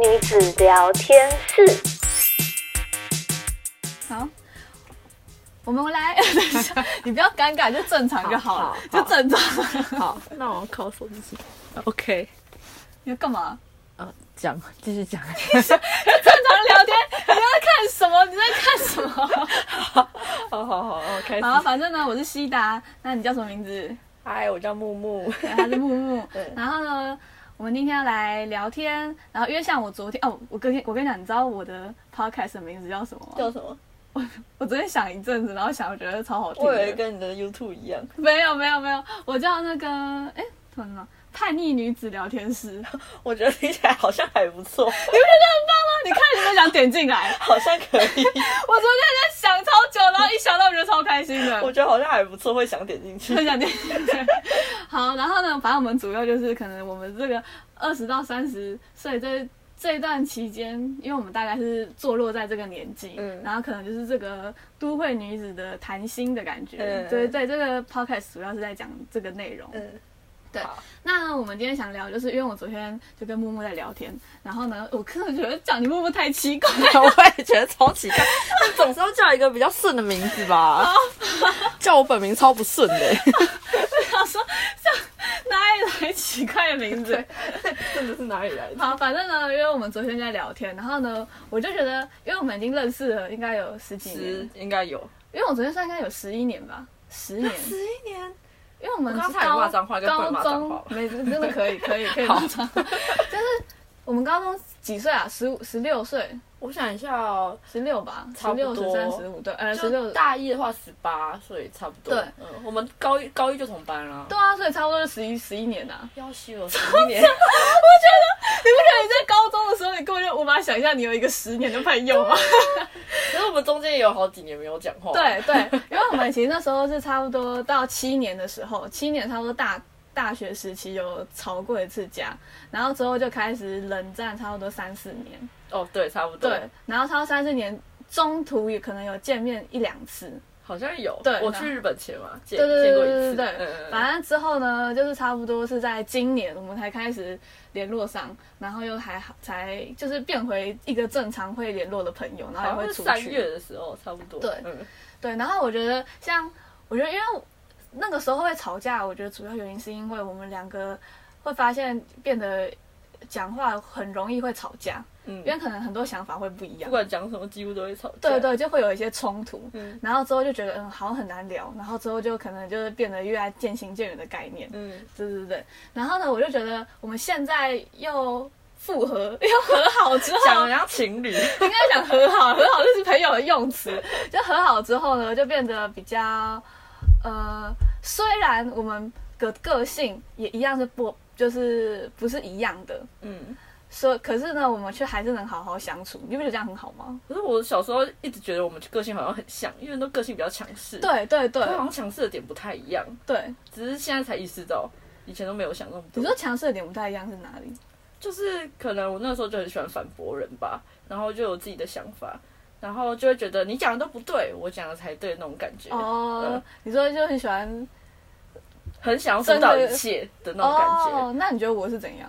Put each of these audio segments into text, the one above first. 女子聊天室。好，我们来， 等一下你不要尴尬，就正常就好了，好好就正常。好， 那我靠手自己。OK， 你要干嘛？呃，讲继续讲。正常聊天，你在看什么？你在看什 么？ 好好好，我开好，反正呢，我是西达，那你叫什么名字？嗨，我叫木 木。对他是木木对。然后呢，我们今天要来聊天，然后因为像我昨天哦，我跟我跟你讲，你知道我的 podcast 的名字叫什么吗？什么？我昨天想一阵子，然后想我觉得超好听我以为的。跟你的 YouTube 一样。没有没有没有，我叫那个哎，怎么了？叛逆女子聊天室，你不觉我觉得听起来好像还不错，得很棒吗？你看你们想点进 来，好像可我以。昨天在想超久，然后一想到我觉得超开心的。我觉得好像还不错，会想点进去分。享点。好，然后呢，反正我们主要就是可能我们这个二十到三十岁这这段期间，因为我们大概是坐落在这个年纪，嗯然后可能就是这个都会女子的谈心的感觉。嗯对对，这个 podcast 主要是在讲这个内容。嗯， 对好，那我们今天想聊，就是因为我昨天就跟木木在聊天，然后呢，我真的觉得讲你木木太奇怪。我也觉得超奇怪，但总是要叫一个比较顺的名字 吧。叫我本名超不顺的、想说，这哪里来奇怪的名字？真的是哪里来的？好，反正呢，因为我们昨天在聊天，然后呢，我就觉得，因为我们已经认识了，应该有十几年，十应该有因为我昨天算应该有十一年吧，十 年，十一年，因为我们我刚是差点高骂脏话跟不高能骂脏话中吧，没真的可以可以 可以骂脏话，就是我们高中几岁啊？十五、十六岁，我想一下哦，十六吧，十差不六、多十三、十五，对，呃，十就六，大一的话十八岁差不多。对嗯，我们高一高一就同班啦。对啊，所以差不多就十一、十一年啊。 要死 我十一年，你不觉得你在高中的时候，你根本就无法想象你有一个十年的朋友吗？可是我们中间也有好几年没有讲话。，对对，因为我们其实那时候是差不多到七年的时候， 七年差不多大大学时期有吵过一次架，然后之后就开始冷战，差不多三四年。哦对，差不多。对，然后超过三四年，中途也可能有见面一两次。好像有。对我去日本前嘛，见对对见对过一对对次。嗯对对，反正之后呢，就是差不多是在今年我们才开始联络上，然后又还好，才就是变回一个正常会联络的朋友，然后好还会像出去。是三月的时候差不多。对嗯对，然后我觉得像，我觉得因为那个时候会吵架，我觉得主要原因是因为我们两个会发现变得讲话很容易会吵架，因为嗯，可能很多想法会不一不样。管讲什么，几乎都会吵架。对，对，就会有一些冲突，嗯然后之后就觉得嗯，好像很难聊，然后之后就可能就是变得越来渐行渐远的概念。嗯，对对对，然后呢，我就觉得我们现在又复合又和好之后，讲得像情 侣。应该讲和好，和好就是朋友的用词。就和好之后呢，就变得比较，呃，虽然我们的个性也一样是不，就是不是一样的，嗯，所可是呢，我们却还是能好好相处。你不觉得这样很好吗？可是我小时候一直觉得我们个性好像很像，因为都个性比较强势。。对对对可是好像强势的点不太一样，对，只是现在才意识到，以前都没有想那么多。你说强势的点不太一样是哪里？就是可能我那时候就很喜欢反驳人吧，然后就有自己的想法，然后就会觉得你讲的都不对，我讲的才对那种感觉，哦嗯，你说就很喜欢很想要主导一切的那种感觉。哦，那你觉得我是怎样？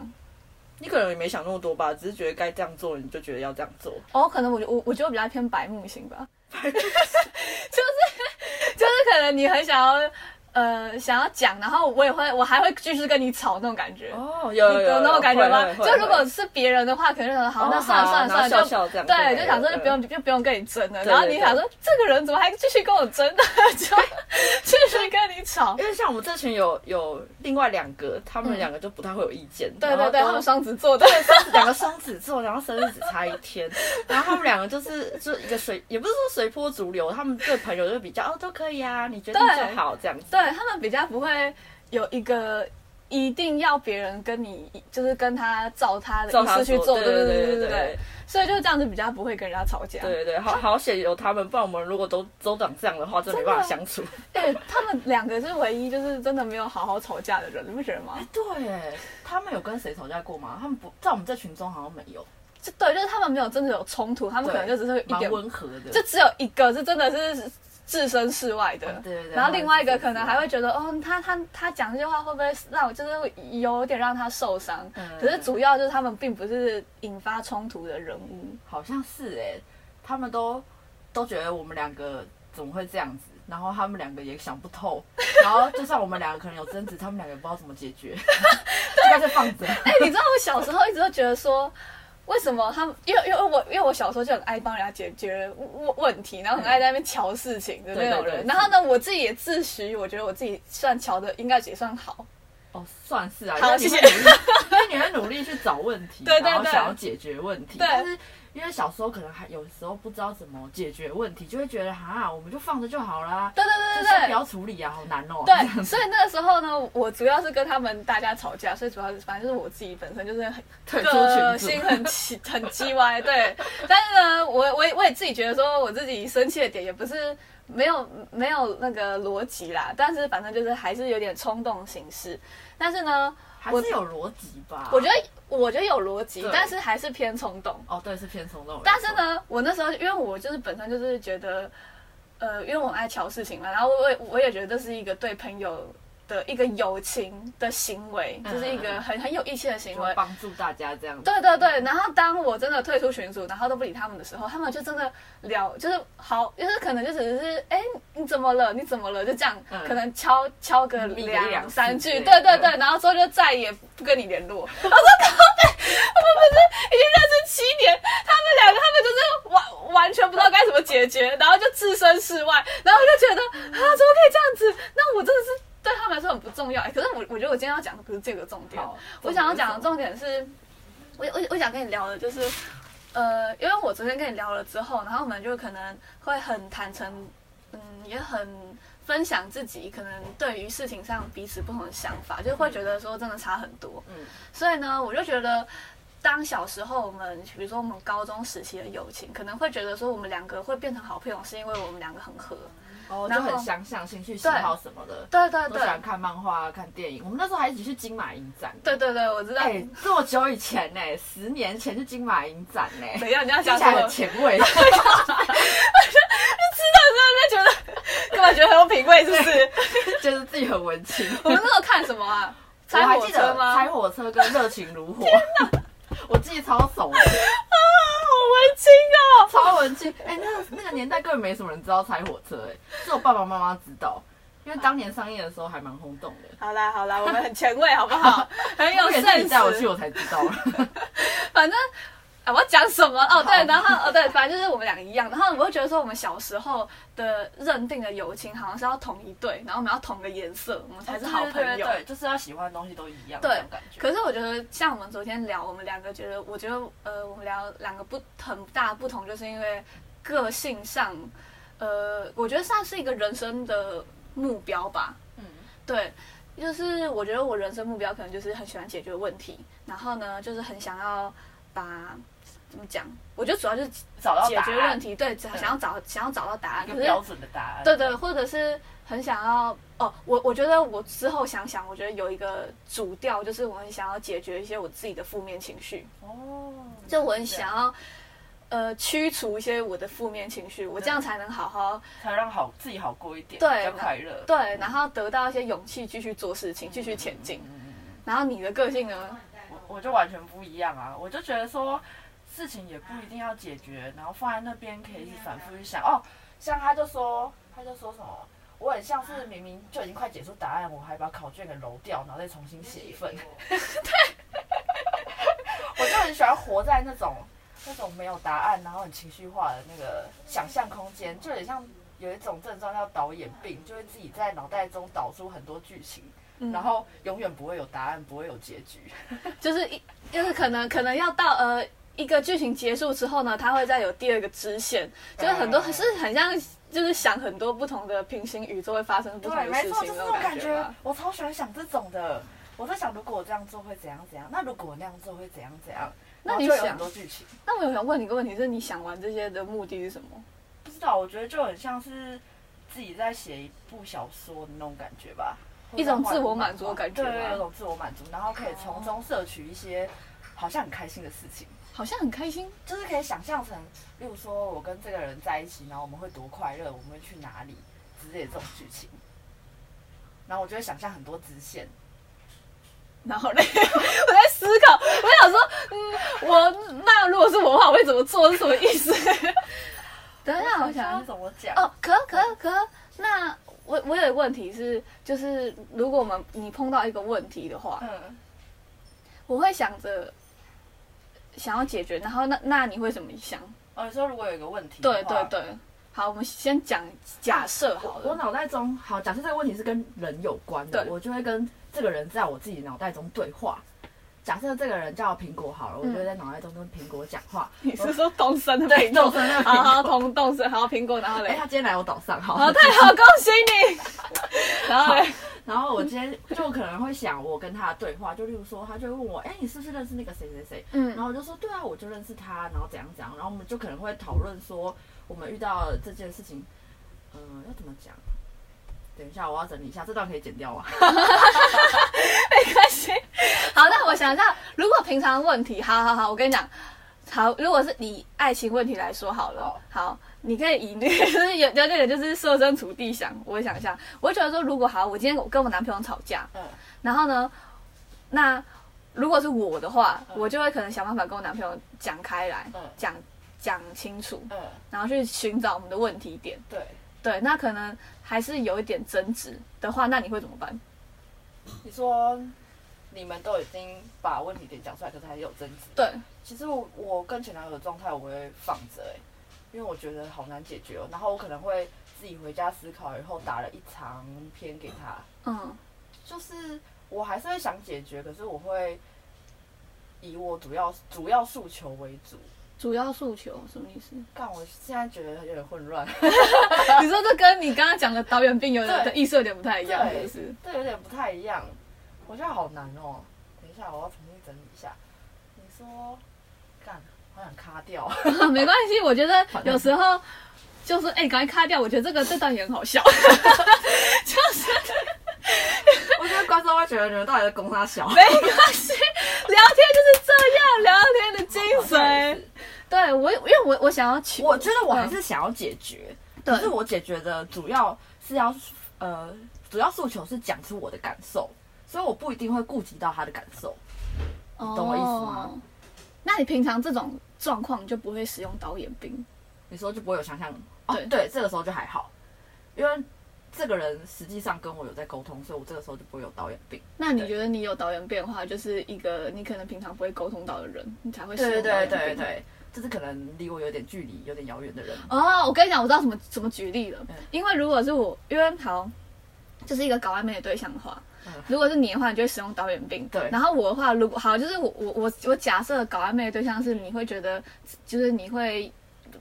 你可能也没想那么多吧，只是觉得该这样做，你就觉得要这样做。哦，可能我就我我觉得我比较偏白目型吧， 就是就是可能你很想要呃想要讲，然后我也会我还会继续跟你吵那种感觉，哦，有有你有懂那种感觉吗？会会就如果会是别人的话，可能就想说好，哦那算了好算了然后算了，笑笑这样对，就对想说对就不用就不用跟你争了。对然后对你对想说这个人怎么还继续跟我争呢？ 就会继续跟你吵。因为像我们这群有有另外两个，他们两个就不太会有意见。嗯对然后对对，都他们双子座的，两个双子座，然后 生日只差一天，然后他们两个就是就是一个随，也不是说随波逐流，他们对朋友就比较哦都可以啊，你决定对就好这样子。对他们比较不会有一个一定要别人跟你，就是跟他照他的照意他思去说做，对对对对对对对，所以就是这样子比较不会跟人家吵架。对对，好好险有他们，不然我们如果都都长这样的话，真的没办法相处。对，他们两个是唯一就是真的没有好好吵架的人，你不觉得吗？哎对，他们有跟谁吵架过吗？他们不在我们这群中好像没有，就对，就是他们没有真的有冲突，他们可能就只是有一蛮点，温和的。就只有一个是真的是置身事外的。哦对对对然后另外一个可能还他会觉得，哦，他他他讲这些话会不会让我就是有点让他受伤？嗯可是主要就是他们并不是引发冲突的人物。好像是哎、他们都都觉得我们两个怎么会这样子，然后他们两个也想不透，然后就算我们两个可能有争执，他们两个也不知道怎么解 决，就干脆放着。哎、你知道我小时候一直都觉得说，为什么他们？因为因为我因为我小时候就很爱帮人家解决问问题，然后很爱在那边瞧事情的那种嗯对对人。对然后呢，我自己也自诩，我觉得我自己算瞧的应该也算好。哦，算是啊，好因为你谢会谢努力，因为你会努力去找问题，对对然后对想要解决问题，对但是因为小时候可能还有时候不知道怎么解决问题，就会觉得哈，我们就放着就好啦，对对对就是对不对。要处理啊，好难哦。对，所以那个时候呢，我主要是跟他们大家吵架，所以主要是反正就是我自己本身就是很 退出个群性组。很奇很叽歪，对。但是呢，我我也我也自己觉得说，我自己生气的点也不是没有没有那个逻辑啦，但是反正就是还是有点冲动行事。但是呢，还我是有逻辑吧？我觉得我觉得有逻辑对，但是还是偏冲动。哦，对，是偏从那种。但是，呢，我那时候因为我就是本身就是觉得，呃，因为我很爱瞧事情嘛，然后我也我也觉得这是一个对朋友的一个友情的行为，嗯就是一个很很有义气的行就为。帮助大家这样子。对对对，然后当我真的退出群组，然后都不理他们的时候，他们就真的聊，就是好，就是可能就只是哎，你怎么了？你怎么了？就这样，嗯可能敲敲个一个两两三次句，之类对对的对，然后之后就再也不跟你联络。我说靠北，我们不是已经认识七年，他们两个他们就是完完全不知道该怎么解决，然后就置身事外，然后我就觉得啊，怎么可以这样子？那我真的是。对他们来说很不重要，哎可是我我觉得我今天要讲的不是这个重点，好我想要讲的重点是，我我我想跟你聊的就是，呃，因为我昨天跟你聊了之后，然后我们就可能会很坦诚，嗯，也很分享自己可能对于事情上彼此不同的想法，就会觉得说真的差很多。嗯所以呢，我就觉得，当小时候我们，比如说我们高中时期的友情，可能会觉得说我们两个会变成好朋友，是因为我们两个很合。哦，就然后很相像兴趣喜好什么的，对对都喜欢对，看漫画、看电影。我们那时候还一起去金马影展。对对对，我知道。哎、这么久以前呢、十年前去金马影展呢、等一下，你要听讲起什来么很？前卫。 真的觉得， 根本觉得很有品味，是不是？觉得自己很文青。我们那时候看什么啊？我还 拆火记车得吗？拆火车跟热情如火。 我记得超熟的，啊好超文青。哎、那那个年代根本没什么人知道拆火车、哎，只有爸爸妈妈知道，因为当年上映的时候还蛮轰动的。好啦好啦，我们很前卫，好不 好？很有我也是你 sense。带我去，我才知 道了。反正 啊，我要讲什么哦？好对，然后哦对，反正就是我们两个一样。然后我就觉得说，我们小时候的认定的友情好像是要同一对，然后我们要同个颜色，我们才是好朋友。哦对，就是要喜欢的东西都一样，对这种感觉。可是我觉得，像我们昨天聊，我们两个觉得，我觉得，呃，我们聊两个不很大的不同，就是因为个性上，呃，我觉得算是一个人生的目标吧。嗯，对，就是我觉得我人生目标可能就是很喜欢解决问题，然后呢，就是很想要把怎么讲，我觉得主要就是找到解决答案问题，对，只想要找想要找到答案。一可个是标准的答案。对对，或者是很想要哦，我我觉得我之后想想，我觉得有一个主调就是我很想要解决一些我自己的负面情绪，哦，就我很想要呃驱除一些我的负面情绪，我这样才能好好才让好自己好过一点，对比较快乐。对，然后得到一些勇气继续做事情，继续前进。嗯然后你的个性呢？我我就完全不一样啊！我就觉得说，事情也不一定要解决，然后放在那边可以一直反复去想。哦，像他就说，他就说什么，我很像是明明就已经快解出答案，我还把考卷给揉掉，然后再重新写一份。对，我就很喜欢活在那种那种没有答案，然后很情绪化的那个想象空间，就很像。有一种症状叫导演病，就会自己在脑袋中导出很多剧情，嗯然后永远不会有答案，不会有结局。就是一就是可能可能要到呃一个剧情结束之后呢，它会再有第二个支线，就是很多嗯是很像就是想很多不同的平行宇宙会发生不同对，的没事错，就情是那这种感种感觉觉吧。。我超喜欢想这种的。我在想，如果我这样做会怎样怎样？那如果我那样做会怎样怎样？那然后你就有想很多剧情，那我有想问你一个问题，就是你想玩这些的目的是什么？不知道，我觉得就很像是自己在写一部小说的那种感觉吧，一种自我满足的感觉对，吗哦有种自我满足，然后可以从中摄取一些好像很开心的事情，好像很开心，就是可以想象成，例如说我跟这个人在一起，然后我们会多快乐，我们会去哪里之类的这种剧情。然后我就会想象很多支线， 然后嘞，我在思考，我想说，嗯，我那如果是我的话，我会怎么做？是什么意思？ 等一下，我想要怎么讲？哦，可可可，那我我有一个问题是，就是如果我们你碰到一个问题的话，嗯，我会想着想要解决，然后那那你会怎么想？哦，你说如果有一个问题的话，对对对，好，我们先讲假设好啊我了，脑袋中好，假设这个问题是跟人有关的，对我就会跟这个人在我自己脑袋中对话。假设这个人叫苹果嗯好了，我就会在脑袋中跟苹果讲 话。你是说动身的 对，苹众果？生那个 好好苹果。同动身，好苹果，然后哎、嘞他，今天来我岛上，好。好太好，恭喜你， 然后嘞， 然后我今天就可能会想我跟他的对话，就例如说，他就会问我，哎、你是不是认识那个谁谁谁？嗯然后我就说，对啊，我就认识他，然后怎样怎样，然后我们就可能会讨论说，我们遇到这件事情，嗯、要怎么讲？等一下，我要整理一下，这段可以剪掉啊。没关系。 好，那我想一下，如果平常问题，好好好，我跟你讲，好，如果是以爱情问题来说好了好，好，你可以以那个就是有有那个就是设身处地想，我想一下，我会觉得说，如果好，我今天我跟我男朋友吵架，嗯然后呢，那如果是我的话，嗯我就会可能想办法跟我男朋友讲开来，嗯讲讲清楚， 嗯，然后去寻找我们的问题点。对。对，那可能还是有一点争执的话，那你会怎么办？你说你们都已经把问题点讲出来，可是还有争执。对，其实我我跟前男友的状态，我会放着哎、欸因为我觉得好难解决哦。然后我可能会自己回家思考，以后打了一长篇给他，嗯就是我还是会想解决，可是我会以我主要主要诉求为主。，主要诉求什么意思？但我现在觉得有点混 乱， 你说这跟你刚刚讲的导演病有点对的意思有点不太一样，是对不是？这有点不太一样，我觉得好难哦。等一下，我要重新整理一下。你说，干，好想卡掉。 啊没关系，我觉得好的有时候就是哎，赶、快卡掉。我觉得这个这段也很好 笑，就是我觉得观众会觉得你们到底在攻他小。 没关系，聊天就是这样，聊天的精好像也髓。对我，因为我我想要去， 我觉得我还是想要解决，对可是我解决的主要是要呃，主要诉求是讲出我的感受，所以我不一定会顾及到他的感受。哦懂我意思吗那你平常这种状况就不会使用导演兵，你说就不会有想象哦对，对，这个时候就还好，因为这个人实际上跟我有在沟通，所以我这个时候就不会有导演病。那你对觉得你有导演病的话，就是一个你可能平常不会沟通到的人，你才会使对用导演对兵。对对，就是可能离我有点距离、有点遥远的人。哦，我跟你讲，我知道怎么怎么举例了嗯。因为如果是我，因为好，就是一个搞暧昧的对象的话嗯，如果是你的话，你就会使用导演病。对然后我的话，如果好，就是我我我我假设搞暧昧的对象是你会觉得，就是你会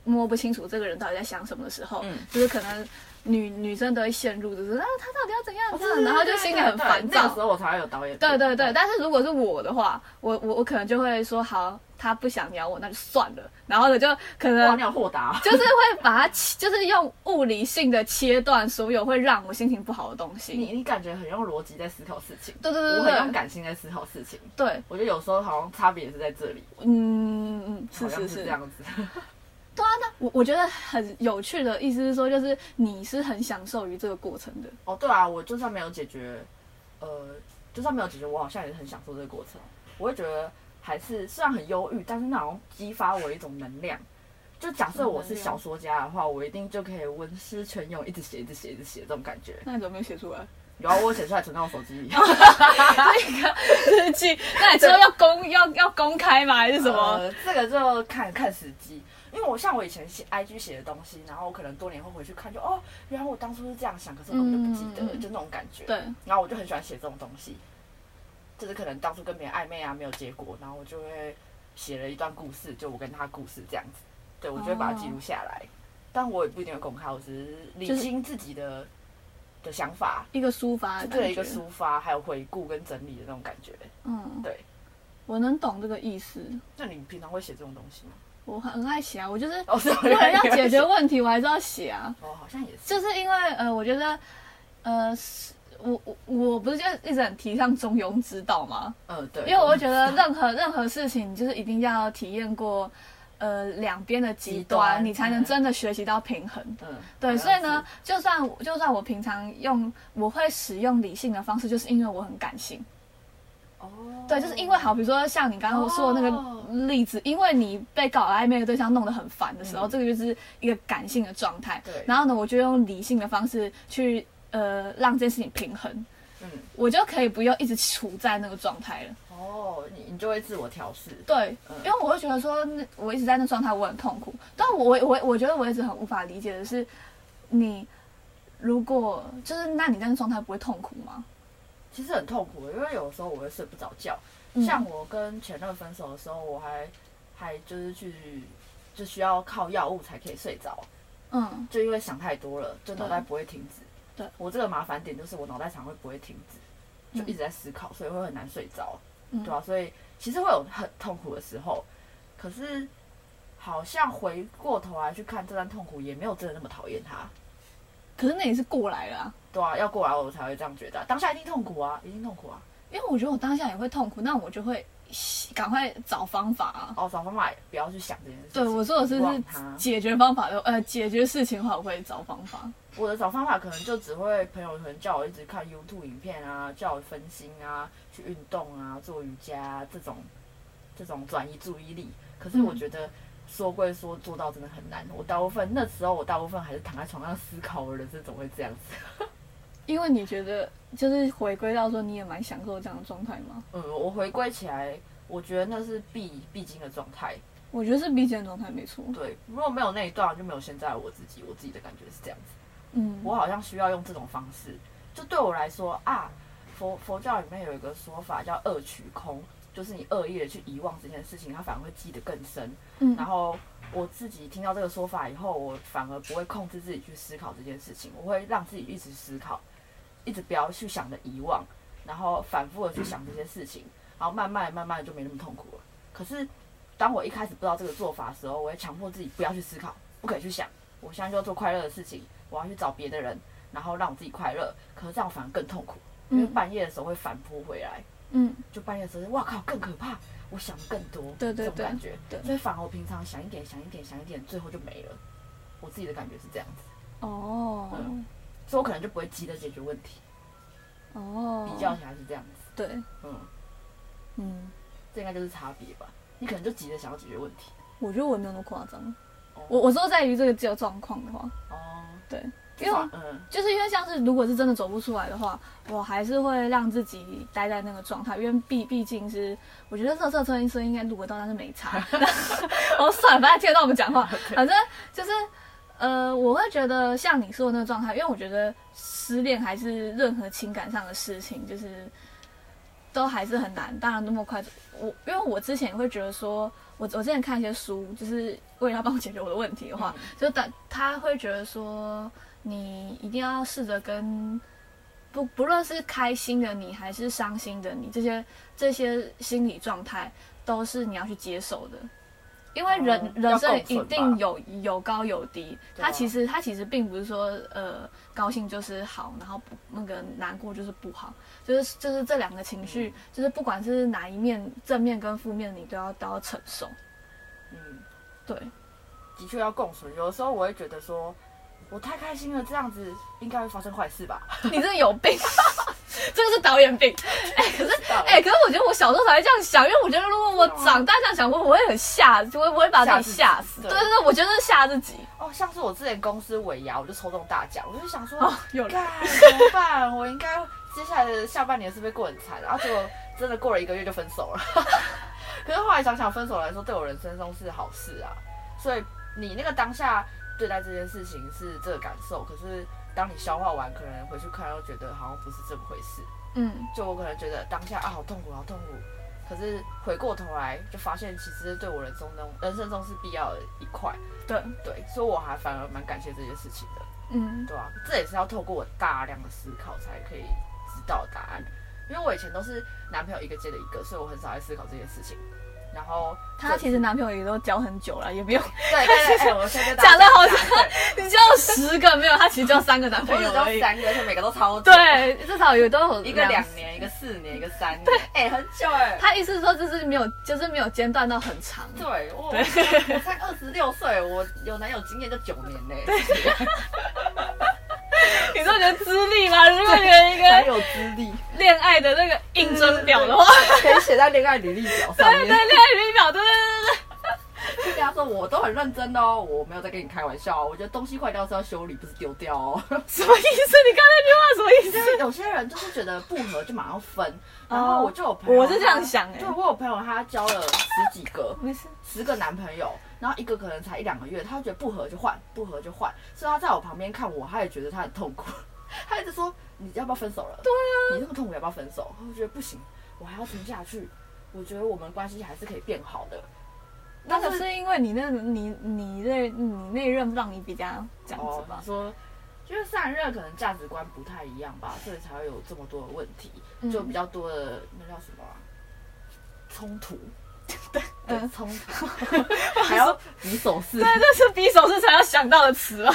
摸不清楚这个人到底在想什么的时候，嗯就是可能女女生都会陷入，就是啊他到底要怎样哦这样，然后就心里很烦那个时躁。候我才会有导演病。对对对，但是如果是我的话，我我我可能就会说好，他不想鸟我，那就算了。然后呢，就可能哇，你好豁达哦。就是会把它切， 就是用物理性的切断所有会让我心情不好的东西。你你感觉很用逻辑在思考事 情，对对我对很用对对，感性在思考事情。对，我觉得有时候好像差别也是在这里，嗯，嗯是好像是是是这。样子。对啊，那我我觉得很有趣的意思是说，就是你是很享受于这个过程的。哦，对啊，我就算没有解决，呃，就算没有解决，我好像也是很享受这个过程。我会觉得还是虽然很忧郁，但是那好像激发我一种能量。就假设我是小说家的话，我一定就可以文思泉涌，一直写，一直写，一直写这种感觉。那你怎么没有写出 来？然后我写出来存到我手机里。日记？那你之后要公 要要公开吗？还是 什么？呃这个就看看时机，因为我像我以前写 IG 写的东西，然后我可能多年后回去看就，哦，原来我当初是这样想，可是我根本就不记得了，嗯嗯嗯就那种感觉。对，然后我就很喜欢写这种东西，就是可能当初跟别人暧昧啊，没有结果，然后我就会写了一段故事，就我跟他故事这样子，对我就会把它记录下来，但我也不一定会公开，我只是理哦就是清自己的、的想法，一个抒发的感对觉。一个抒发，还有回顾跟整理的那种感觉。嗯，对。我能懂这个意思，那你平常会写这种东西吗？我很爱写 啊，我就是哦，是为了要解决问题，我还是要写啊。哦，好像也是，就是因为呃，我觉得呃，是我我我不是就一直很提倡中庸之道吗？嗯，对，因为我会觉得任何任何事情，你就是一定要体验过，呃，两边的极极端，端你才能真的学习到平衡。嗯，对，好像所以呢是，，就算就算我平常用我会使用理性的方式，就是因为我很感性。哦，对，就是因为好，比如说像你刚刚说的那哦个例子，因为你被搞暧昧的对象弄得很烦的时候，嗯这个就是一个感性的状态。对然后呢，我就用理性的方式去呃让这件事情平衡，嗯，我就可以不用一直处在那个状态了。哦，你你就会自我调试，对嗯，因为我会觉得说，那我一直在那状态，我很痛苦。但我我我我觉得我一直很无法理解的是，你如果就是那你在那状态不会痛苦吗？其实很痛苦，因为有时候我会睡不着觉。嗯像我跟前任分手的时候，我还还就是去就需要靠药物才可以睡着，嗯，就因为想太多了，就脑袋不会停止。对我这个麻烦点就是我脑袋常会不会停止，就嗯一直在思考，所以会很难睡着，嗯对吧、啊所以其实会有很痛苦的时候，可是好像回过头来去看这段痛苦，也没有真的那么讨厌它。可是那也是过来了、啊，对啊，要过来我才会这样觉得啊、当下一定痛苦啊，一定痛苦啊。因为我觉得我当下也会痛苦，那我就会赶快找方法啊。哦，找方法不要去想这件事情。对我说的是不忘它是解决方法的，呃，解决事情的话我会找方法。我的找方法可能就只会朋友可能叫我一直看 YouTube 影片啊，叫我分心啊，去运动啊，做瑜伽、啊、这种这种转移注意力。可是我嗯觉得说归说，做到真的很难。我大部分那时候我大部分还是躺在床上思考我的人生怎么会这样子。因为你觉得就是回归到说你也蛮享受这样的状态吗？嗯，我回归起来，我觉得那是必必经的状态。我觉得是 B 级的状态没错。对，如果没有那一段，就没有现在的我自己。我自己的感觉是这样子。嗯，我好像需要用这种方式。就对我来说啊，佛佛教里面有一个说法叫恶取空，就是你恶意的去遗忘这件事情，它反而会记得更深。嗯然后我自己听到这个说法以后，我反而不会控制自己去思考这件事情，我会让自己一直思考，一直不要去想着遗忘，然后反复的去想这些事情，然后慢慢地慢慢地就没那么痛苦了。可是当我一开始不知道这个做法的时候，我会强迫自己不要去思考，不可以去想，我现在就要做快乐的事情，我要去找别的人，然后让我自己快乐。可是这样反而更痛苦，因为嗯半夜的时候会反扑回来。嗯，就半夜的时候，哇靠，更可怕！我想更多，对对这种对感觉，对所以反而我平常想一点，想一点，想一点，最后就没了。我自己的感觉是这样子，哦嗯所以我可能就不会急着解决问题，哦，比较起来是这样子，对，嗯，嗯，这应该就是差别吧。你可能就急着想要解决问题，我觉得我没有那么夸张哦。我我说在于这个这个状况的话，哦，对，至因为少我嗯，就是因为像是如果是真的走不出来的话，我还是会让自己待在那个状态，因为毕毕竟是我觉得热色车音声应该录得到，但是没差。 我算了，反正听得到我们讲话，反正就是呃，我会觉得像你说的那个状态，因为我觉得失恋还是任何情感上的事情，就是都还是很难。当然那么快，我因为我之前也会觉得说，我我之前看一些书，就是为了要帮我解决我的问题的话，嗯就等他会觉得说，你一定要试着跟。不，不论是开心的你还是伤心的你，这些这些心理状态都是你要去接受的，因为人、哦人生要共一存吧定有有高有低，对啊它其实它其实并不是说呃高兴就是好，然后不那个难过就是不好，就是就是这两个情绪，就是不管是哪一面正面跟负面，你都要都要承受。嗯， 对，的确要共存。有的时候我会觉得说，我太开心了，这样子应该会发生坏事吧？你这有病， 这个是导演病。哎、可是我觉得我小时候才会这样想，因为我觉得如果我长大这样想，我我会很吓，我会我会把自己啊吓吓死。自己对对对对，我觉得是吓自己。哦，像是我之前公司尾牙，我就抽中大奖，我就想说，哦，有了。干怎么办？我应该接下来的下半年是不是过很惨？然后结果真的过了一个月就分手了。 可是后来想想，分手来说对我人生中是好事啊。所以你那个当下对待这件事情是这个感受，可是当你消化完，可能回去看又觉得好像不是这么回事。嗯，就我可能觉得当下啊好痛苦，好痛苦。可是回过头来就发现，其实对我人生中人生中是必要的一块。对，对，所以我还反而蛮感谢这件事情的。嗯对啊，这也是要透过我大量的思考才可以知道答案。因为我以前都是男朋友一个接着一个，所以我很少在思考这件事情。然后她其实男朋友也都交很久了，也没有，对 对对，哎我先跟大家讲的好像讲 对你就有十个没有，她其实就有三个男我朋只友知道而已。三个，而且每个都超久，对，至少有都有一个两。年，一个四年，一个三年，对，哎，很久哎。她意思是说就是没有，就是没有间断到很长。对，我对我才二十六岁，我有男友经验就九年 呢，你说你的资历吗？如果你的一男个有资历，恋爱的那个应征表的话，可以写在恋爱履历表上对对，恋面。爱履历表，对对对对就跟他说我都很认真的哦，我没有在跟你开玩笑哦，我觉得东西坏掉是要修理，不是丢掉哦。对，什么意思？你刚才那句话什么意就思？是有些人就是觉得不合就马 上分，然后哦我就有朋友，我是这样想欸对我有朋友她交了十几个，没事，十个男朋友，然后一个可能才一两个月，他觉得不合就换，不合就换，所以他在我旁边看我，他也觉得他很痛苦， 他一直说你要不要分手了？对啊，你那么痛苦要不要分手？我觉得不行，我还要撑下去，我觉得我们关系还是可以变好的。那个是因为你那你你那你那任让你比较这样子哦，吧你？说。就是上一任可能价值观不太一样吧，所以才会有这么多的问题，嗯就比较多的那叫什么啊、冲突， 对，嗯冲 突，还要比手势，对，这是比手势才要想到的词啊。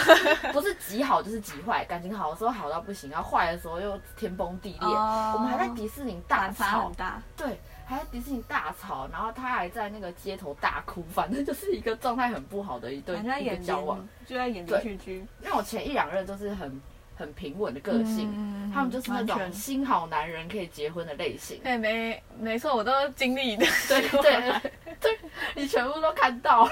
不是极好就是极坏，感情好的时候好到不行，然后坏的时候又天崩地裂。哦我们还在迪士尼大反 差吵很，大，对，还在迪士尼大吵，然后他还在那个街头大哭，反正就是一个状态很不好的一对反正一个演交往。睛就在演对连续剧，因为我前一两任都是很很平稳的个性，嗯他们就是那完种全新好男人可以结婚的类型。对，没没错，我都经历的。 对对对对，你全部都看到了。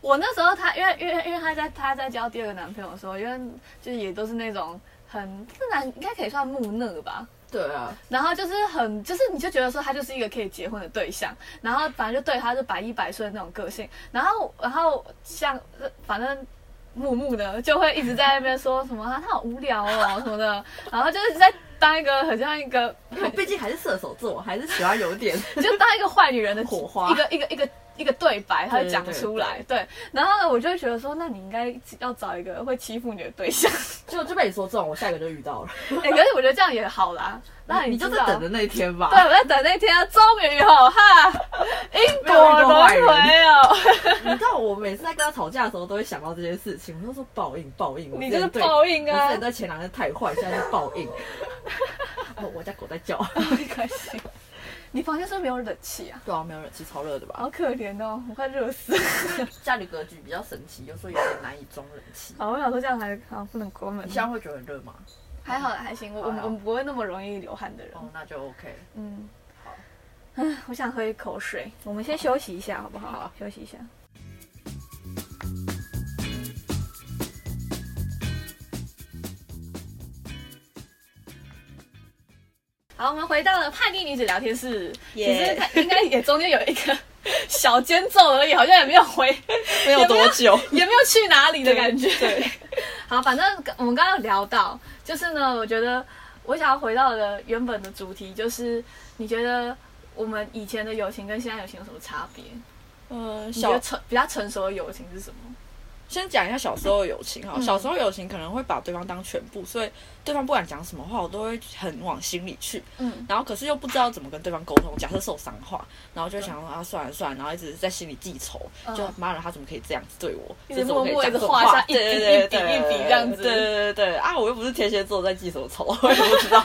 我那时候她因为因为因为她在她在交第二个男朋友的时候，因为就是也都是那种很这男应该可以算木讷吧，对啊，然后就是很就是你就觉得说他就是一个可以结婚的对象，然后反正就对他是百依百顺的那种个性，然后然后像呃反正。木木呢就会一直在那边说什么啊，他好无聊哦什么的，然后就是在当一个很像一个因为我毕竟还是射手座，我还是喜欢有点。就当一个坏女人的火花一个一个一个一个对白，她会讲对对对出来。对，然后呢，我就会觉得说，那你应该要找一个会欺负你的对象。 就就被你说中，我下一个就遇到了。哎、可是我觉得这样也好啦。那你就知是道等 着那一天吧。对，我在等那天啊，终于哦哈，因果轮回哦，你知道我每次在跟他吵架的时候，都会想到这件事情，我就说报应，报应。我你之前就是对报应我之啊前！对前男友太坏，现在是报 应。哦，我家狗在叫。没关系，你房间是不是没有冷气啊？对啊，没有冷气，超热的吧？好可怜哦，我快热死了。家里格局比较神奇，有时候有点难以装冷气。好，我想说这样还好，不能关门你。现在会觉得很热吗？还好还行，我我还好我们不会那么容易流汗的人。哦，那就 OK。嗯好，唉我想喝一口水，我们先休息一下，好不好？好休息一下。好，我们回到了叛逆女子聊天室。耶其实它应该也中间有一个 小间奏而已，好像也没有回，没有多 久， 也没有去哪里的感觉。对， 好，反正我们刚刚有聊到，就是呢，我觉得我想要回到的原本的主题，就是你觉得我们以前的友情跟现在友情有什么差别？嗯，你觉小得成比较成熟的友情是什么？先讲一下小时候的友情哈，嗯小时候友情可能会把对方当全部，所以对方不管讲什么话，我都会很往心里去。嗯，然后可是又不知道怎么跟对方沟通，假设受伤的话，然后就想说啊算了算了，然后一直在心里记仇，嗯就妈的他怎么可以这样子对我，一直就怎么可以默默讲这地种画话下一笔对对一对笔对一笔对这样子对对对对啊，我又不是天蝎座，在记什么仇， 我也不 知道。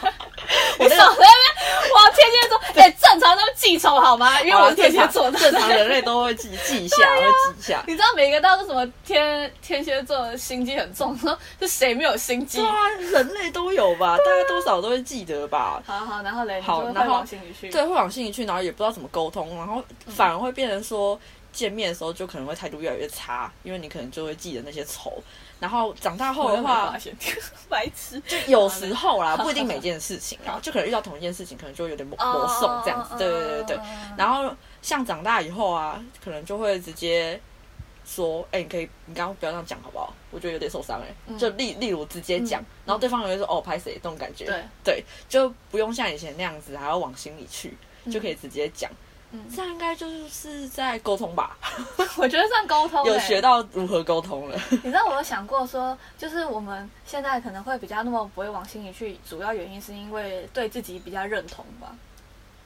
我少在那边，我天蝎座，哎、正常都记仇好 吗？因为我是天蝎座的。啊啊正常人类都会记记一下，会记一下。 你知道每个都是什么天天蝎座的心机很重，说是谁没有心机对？啊，人类都有吧，大家多少都会记得吧。好好，然后嘞，你就好会然后往心里去。对，会往心里去，然后也不知道怎么沟通，然后反而会变成说见面的时候就可能会态度越来越差，因为你可能就会记得那些仇。然后长大后我的没话发，现， 白痴。就有时候啦，不一定每件事情，然后就可能遇到同一件事情，可能就会有点魔魔送这样子。对对对对对。然后像长大以后啊，可能就会直接说：“哎、你可以，你刚刚不要这样讲好不好？我觉得有点受伤哎、就例例如直接讲，嗯然后对方也会说：“哦，拍谁？”这种感觉。对就不用像以前那样子，还要往心里去，就可以直接讲。嗯这样应该就是在沟通吧， 我觉得算沟通、欸，有学到如何沟通了。你知道我有想过说，就是我们现在可能会比较那么不会往心里去，主要原因是因为对自己比较认同吧。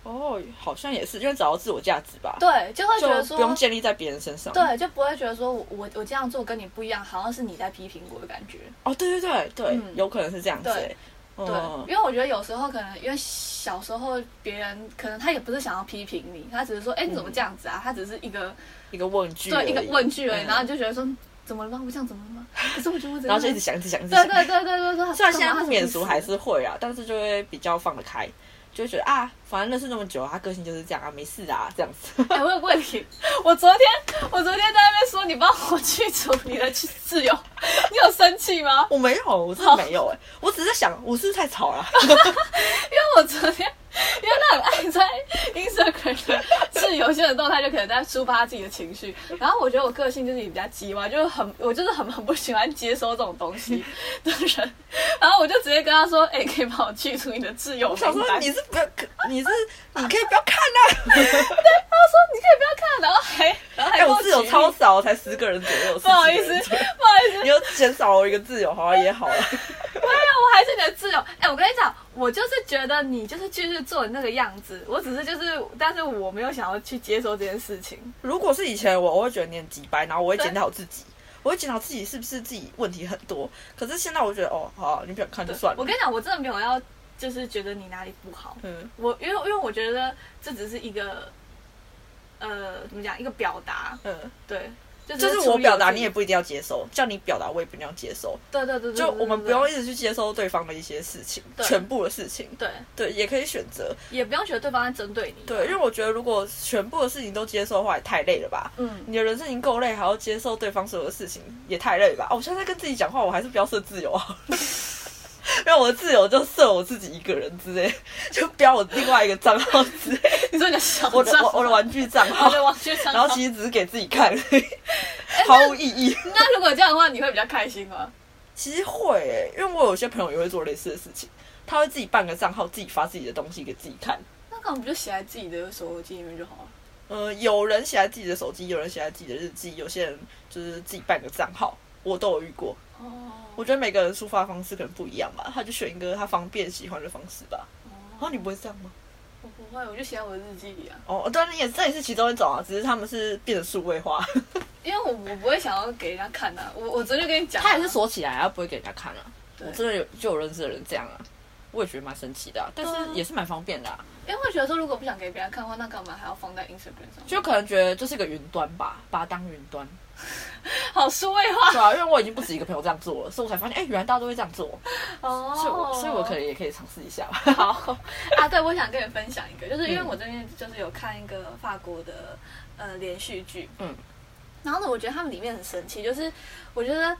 哦，好像也是，因为找到自我价值吧，对，就会觉得就说不用建立在别人身上。，对，就不会觉得说我我我这样做跟你不一样，好像是你在批评我的感觉。哦，对对对对，嗯有可能是这样子、对欸。对，嗯，因为我觉得有时候可能因为小时候别人可能他也不是想要批评你，他只是说哎、你怎么这样子啊？他只是一个一个问句而对已，一个问句而已，嗯然后你就觉得说怎么了吗？我这样怎么了吗？可是我觉得我怎然样后就一直想，一直想，一直对想。对对对对对，虽干然嘛现在不免俗还什么意是会啊，但是就会比较放得开，就会觉得啊，反正认识那么久，他个性就是这样啊，没事啊，这样子。 思哎、我有问题，我昨天我昨天在那边说你帮我去除你的室友，你有生气吗？我没有，我真的没哦有哎、我只是在想，我是不是太吵了？ 因为我昨天，因为他很爱在 Instagram 的是有些人动态，就可能在抒发自己的情绪。然后我觉得我个性就是比较急嘛，就是很我就是很很不喜欢接收这种东西的人。然后我就直接跟他说：“哎、可以帮我去除你的挚友我名想单。”他说：“说你你是不要，你是你可以不要看 呐、啊。可以不要看。”然后还然后还哎、跟我我自由举例超少，才十个人左右。不好意思，十几不个人左右好意思，你又减少了一个自由，好像也好了。对啊，我还是你的挚友。哎、我跟你讲，我就是觉得你就是继续做你那个样子，我只是就是，但是我没有想要去接受这件事情。如果是以前我，我会觉得你很鸡掰，然后我会检讨自己，我会检讨自己是不是自己问题很多。可是现在我觉得，哦，好、你不想看就对算了。我跟你讲，我真的没有要，就是觉得你哪里不好。嗯我因为因为我觉得这只是一个，呃，怎么讲，一个表达，嗯，对，就就是是处我理表达自你己也不一定要接受，叫你表达我也不一定要接受。对对对对，就对我们不用对一直去接受对方的一些事情，对全部的事情，对，对，也可以选择。也不用觉得对方在针对你，对，因为我觉得如果全部的事情都接受的话，也太累了吧。 嗯，你的人生已经够累，还要接受对方所有的事情，也太累了吧？哦，我现在在跟自己讲话，我还是不要设自由啊， 因为我的自由就设我自己一个人之类， 就标我另外一个账号之类， 你说你的小我的账我我的玩具账号我，的网剧上，然后其实只是给自己看而已，毫无意义。那如果这样的话，你会比较开心吗？其实会、欸，因为我有些朋友也会做类似的事情，他会自己办个账号，自己发自己的东西给自己看。那干嘛不就写在自己的手机里面就好了？呃，有人写在自己的手机，有人写在自己的日记，有些人就是自己办个账号，我都有遇过。哦，我觉得每个人抒发方式可能不一样吧，他就选一个他方便喜欢的方式吧。然后你不会这样吗？我不会，我就写在我的日记里啊，哦，当然也这也是其中一种啊，只是他们是变成数位化，因为我我不会想要给人家看的、啊。我我昨天就跟你讲啊、他也是锁起来，他不会给人家看啊。对我真的有就有认识的人这样啊，我也觉得蛮神奇的啊、但对啊是也是蛮方便的、啊，因为会觉得说，如果不想给别人看的话，那干嘛还要放在 Instagram 上？就可能觉得就是个云端吧，把它当云端。好数位化对啊，因为我已经不止一个朋友这样做了，所以我才发现，哎、原来大家都会这样做，哦所以我所以我可能也可以尝试一下吧。好啊，对，我想跟你分享一个，就是因为嗯我最近就是有看一个法国的呃连续剧，嗯，然后呢，我觉得他们里面很神奇，就是我觉得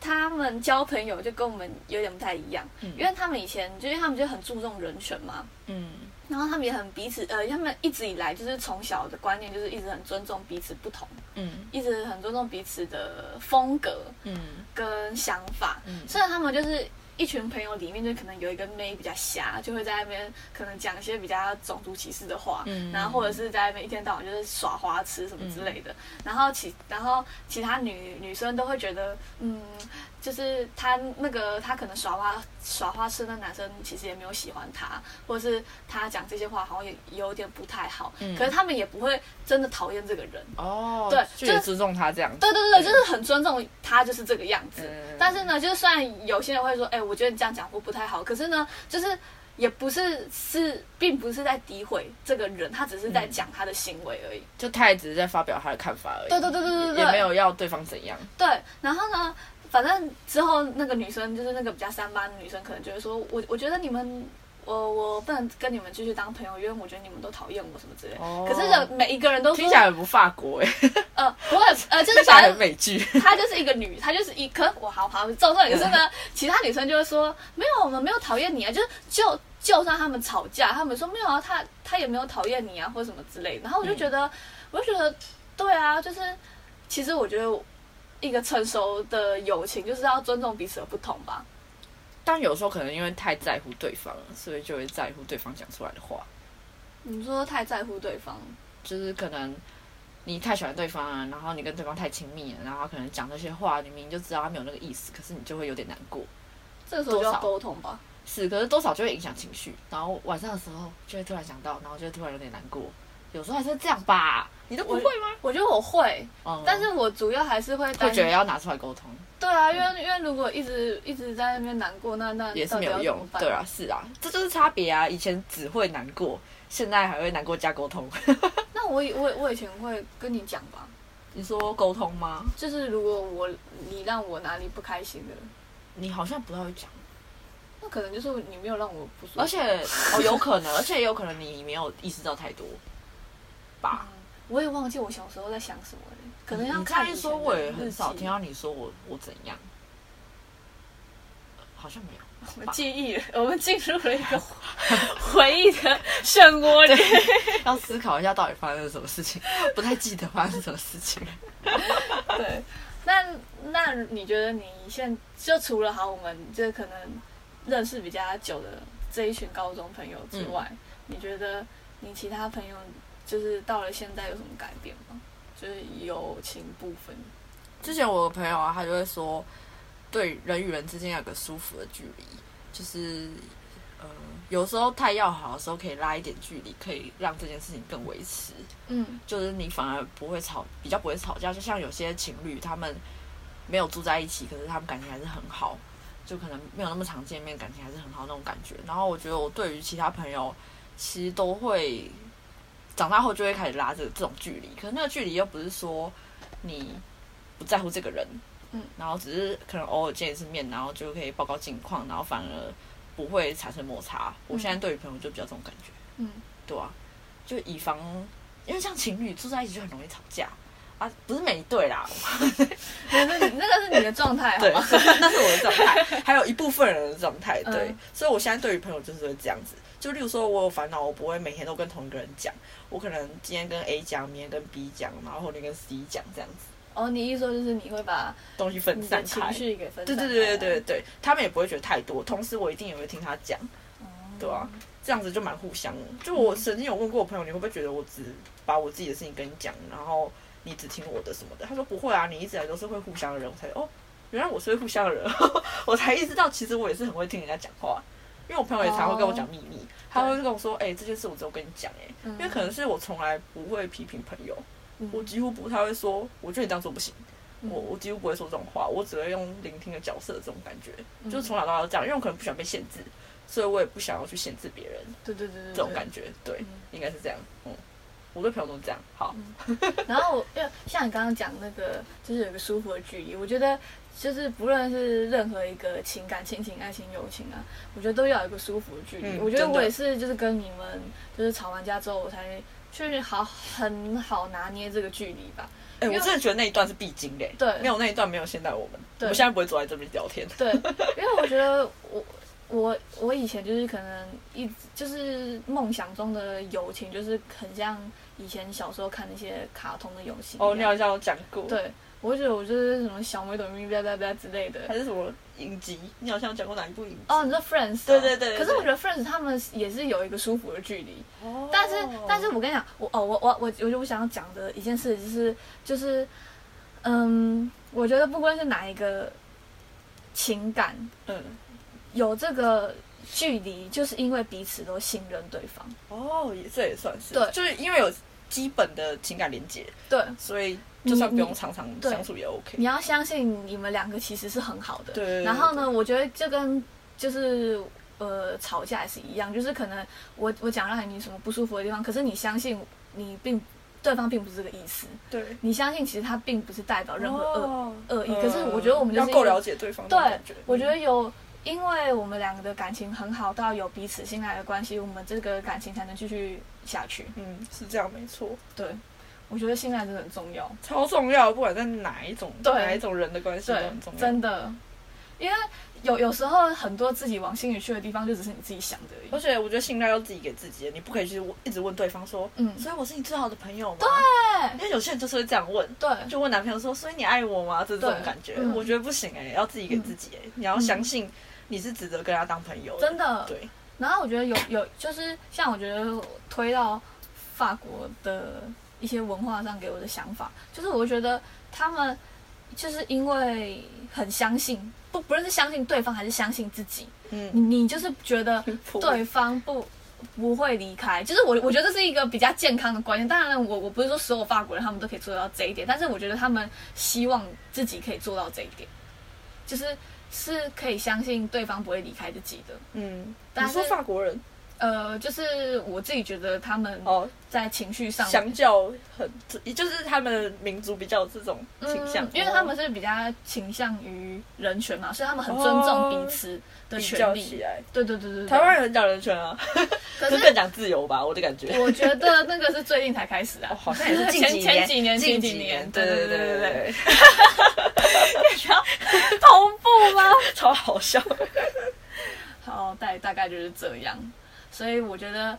他们交朋友就跟我们有点不太一样，嗯因为他们以前就因为他们就很注重人权嘛， 嗯然后他们也很彼此呃，他们一直以来就是从小的观念就是一直很尊重彼此不同，嗯一直很尊重彼此的风格嗯跟想法，嗯虽然他们就是一群朋友里面，就可能有一个妹比较瞎，就会在那边可能讲一些比较种族歧视的话，嗯然后或者是在那边一天到晚就是耍花痴什么之类的。嗯然后其然后其他女女生都会觉得，嗯，就是他那个他可能耍花耍花痴的男生其实也没有喜欢他，或者是他讲这些话好像也有点不太好。嗯可是他们也不会真的讨厌这个人。哦，对就就也是尊重他这样子。对对对，就是很尊重他，就是这个样子。嗯但是呢，就是虽然有些人会说，哎、我觉得你这样讲我不太好，可是呢，就是也不是是，并不是在诋毁这个人，他只是在讲他的行为而已。就他也只是在发表他的看法而已，对对对对对对也没有要对方怎样。对，然后呢，反正之后那个女生，就是那个比较三八的女生，可能就会说，我我觉得你们。我我不能跟你们继续当朋友，因为我觉得你们都讨厌我什么之类的。哦可是人每一个人都说听起来很不法国哎、欸，呃，不会呃，就是听起来反正很美剧。 她就是一个女，她就是一可我好好重重点是呢，其他女生就会说没有，我们没有讨厌你啊，就是就就算他们吵架，他们说没有啊，他他也没有讨厌你啊，或什么之类的。然后我就觉嗯得，我就觉得对啊，就是其实我觉得一个成熟的友情就是要尊重彼此的不同吧。但有时候可能因为太在乎对方了，所以就会在乎对方讲出来的话，你说太在乎对方，就是可能。你太喜欢对方啊，然后你跟对方太亲密了，然后他可能讲那些话，你明明就知道他没有那个意思，可是你就会有点难过。这个时候就多要少沟通吧。是，可是多少就会影响情绪，然后晚上的时候就会突然想到，然后就会突然有点难过，有时候还是会这样吧，你都不会吗？我觉得我会，嗯但是我主要还是会担会觉得要拿出来沟通对啊，因为因为如果一直一直在那边难过，那那也是没到底有要怎用么，办对啊，是啊，这就是差别啊，以前只会难过，现在还会难过加沟通， 那我以我以我以前会跟你讲吧，你说沟通吗？就是如果我你让我哪里不开心的，你好像不太会讲，那可能就是你没有让我不舒服。而且哦有可能，而且也有可能你没有意识到太多吧。我也忘记我小时候在想什么了，哦可能要你看以这样前说，的我也很日少记听到你说我我怎样，好像没有。我们记忆了，我们进入了一个回忆的漩涡里。 要思考一下到底发生了什么事情，不太记得发生什么事情。对，那那你觉得你现就除了好，我们这可能认识比较久的这一群高中朋友之嗯外，你觉得你其他朋友就是到了现在有什么改变吗？就是友情部分，之前我有朋友啊，他就会说，对人与人之间要有个舒服的距离，就是呃，有时候太要好的时候可以拉一点距离，可以让这件事情更维持， 嗯就是你反而不会吵，比较不会吵架。就像有些情侣他们没有住在一起，可是他们感情还是很好，就可能没有那么常见面，感情还是很好那种感觉。然后我觉得我对于其他朋友，其实都会长大后就会开始拉着这种距离，可是那个距离又不是说你不在乎这个人，嗯，然后只是可能偶尔见一次面，然后就可以报告近况，然后反而不会产生摩擦。我现在对于朋友就比较这种感觉，嗯，对啊，就以防因为像情侣住在一起就很容易吵架。啊，不是每一对啦，那那你那个是你的状态，好对吗？， 那是我的状态， 还有一部分人的状态，对，嗯所以我现在对于朋友就是会这样子，就例如说我有烦恼，我不会每天都跟同一个人讲，我可能今天跟 A 讲，明天跟 B 讲，然后后天跟 C 讲，这样子哦，你一说就是你会把东西分你散的开情，绪给分对散对对对对对，他们也不会觉得太多，同时我一定也会听他讲，对啊，这样子就蛮互相的。就我曾经有问过我朋友，你会不会觉得我只把我自己的事情跟你讲，然后你只听我的什么的？他说不会啊，你一直以来都是会互相的人，我才哦，原来我是会互相的人， 我才意识到其实我也是很会听人家讲话。因为我朋友也常会跟我讲秘密他会跟我说：“哎、这件事我只有跟你讲。”哎，因为可能是我从来不会批评朋友，嗯我几乎不太会说，我觉得你这样做不行，嗯我我几乎不会说这种话，我只会用聆听的角色这种感觉，嗯就是从小到大都这样，因为我可能不喜欢被限制，所以我也不想要去限制别人对对对嗯对对这种感觉，对，嗯应该是这样，嗯，我对朋友都是这样，好，然后我因为像你刚刚讲那个，就是有一个舒服的距离，我觉得就是不论是任何一个情感、亲情、爱情、友情啊，我觉得都要有一个舒服的距离。嗯我觉得真的我也是，就是跟你们就是吵完架之后，我才确实好很好拿捏这个距离吧。哎、因为我真的觉得那一段是必经的、对没有那一段没有现在我们，我对们现在不会坐在这边 聊天，对，因为我觉得我我我以前就是可能一直就是梦想中的友情，就是很像以前小时候看那些卡通的友情一样。哦，你好像有讲过，，对，我就觉得我就是什么小美朵咪咪吧吧吧之类的。还是什么影集，你好像有讲过哪一部影集，哦，你说 Friends？、哦、对对对对可是我觉得 Friends 他们也是有一个舒服的距离，哦但是但是我跟你讲，我哦我我我我就我想要讲的一件事就是就是，嗯，我觉得不管是哪一个情感，嗯，有这个距离，就是因为彼此都信任对方。哦，也这也算是，对就是因为有基本的情感连接，对，所以就算不你用你常常对相处也 OK。你要相信你们两个其实是很好的。对对对然后呢，我觉得就跟就是呃吵架也是一样，就是可能我我讲让你什么不舒服的地方，可是你相信你并对方并不是这个意思，对，你相信其实他并不是代表任何恶、哦恶意。嗯呃可是我觉得我们就要是够因为了解对方的对感觉。，我觉得有，因为我们两个的感情很好，到有彼此信赖的关系，我们这个感情才能继续下去。嗯是这样，没错，对，我觉得信赖真的很重要。超重要，不管在哪一种对哪一种人的关系都对很重，要。真的，因为有有时候很多自己往心里去的地方，就只是你自己想的而而已。且我觉得信赖要自己给自己的，你不可以去问一直问对方说，嗯所以我是你最好的朋友吗？对，因为有些人就是会这样问，对就问男朋友说，所以你爱我吗？就是这种对感觉，嗯我觉得不行哎、要自己给自己哎、你要相信你是值得跟他当朋友，真的。对，然后我觉得有有就是像我觉得我推到法国的一些文化上给我的想法，就是我觉得他们就是因为很相信，不不论是相信对方还是相信自己，你嗯，你就是觉得不会对方不不会离开，就是我我觉得这是一个比较健康的观念。当然我，我不是说所有法国人他们都可以做到这一点，但是我觉得他们希望自己可以做到这一点，就是是可以相信对方不会离开自己的。嗯，但你是说法国人呃，就是我自己觉得他们哦，在情绪上相较很，就是他们民族比较有这种倾向嗯，，因为他们是比较倾向于人权嘛，所以他们很尊重彼此的哦比权较起利。来，对对对对对，台湾人讲人权啊，可就是更讲自由吧，我的感觉。我 觉得那个是最近才开始啊，好像也是近前几前几年近前几几年对对对对对对对对 对，同步吗？ 超好笑。好，大大概就是这样。所以我觉得，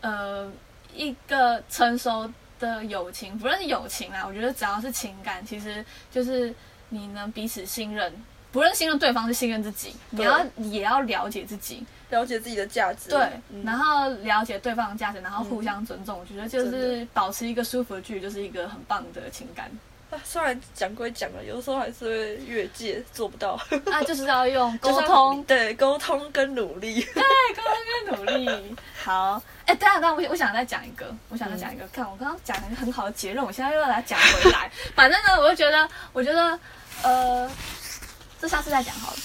呃，一个成熟的友情，不论是友情啊啦，我觉得只要是情感，其实就是你能彼此信任，不论信任对方是信任自己，你对要也要了解自己，了解自己的价值，对，嗯然后了解对方的价值，然后互相尊重，我觉得就真是保持一个舒服的距离，就是一个很棒的情 感。啊虽然讲归讲了，有的时候还是会越界，做不到。那啊就是要用沟就是要通， 对，沟通跟努力。对，沟通跟努力。好，哎，等一下，等一下，我我想再讲一个，我想再讲一个。看，我刚刚讲了一个很好的结论，我现在又要来讲回 来。反正呢，我就觉得，我觉得，呃，这下次再讲 好了。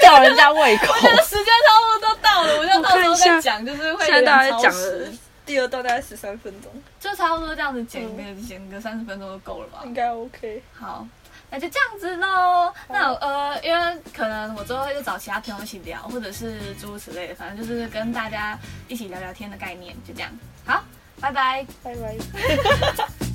吊人家胃口。这个时间差不多到了，我就到时候我看一下再讲，就是会现有在点大概超讲时了，第二段大概十三分钟，就差不多这样子剪个剪个三十分钟就够了吧。应该 OK。好，那就这样子喽。那我呃，因为可能我之后会找其他朋友一起聊，或者是诸如此类的，反正就是跟大家一起聊聊天的概念，就这样。好，拜拜。拜拜。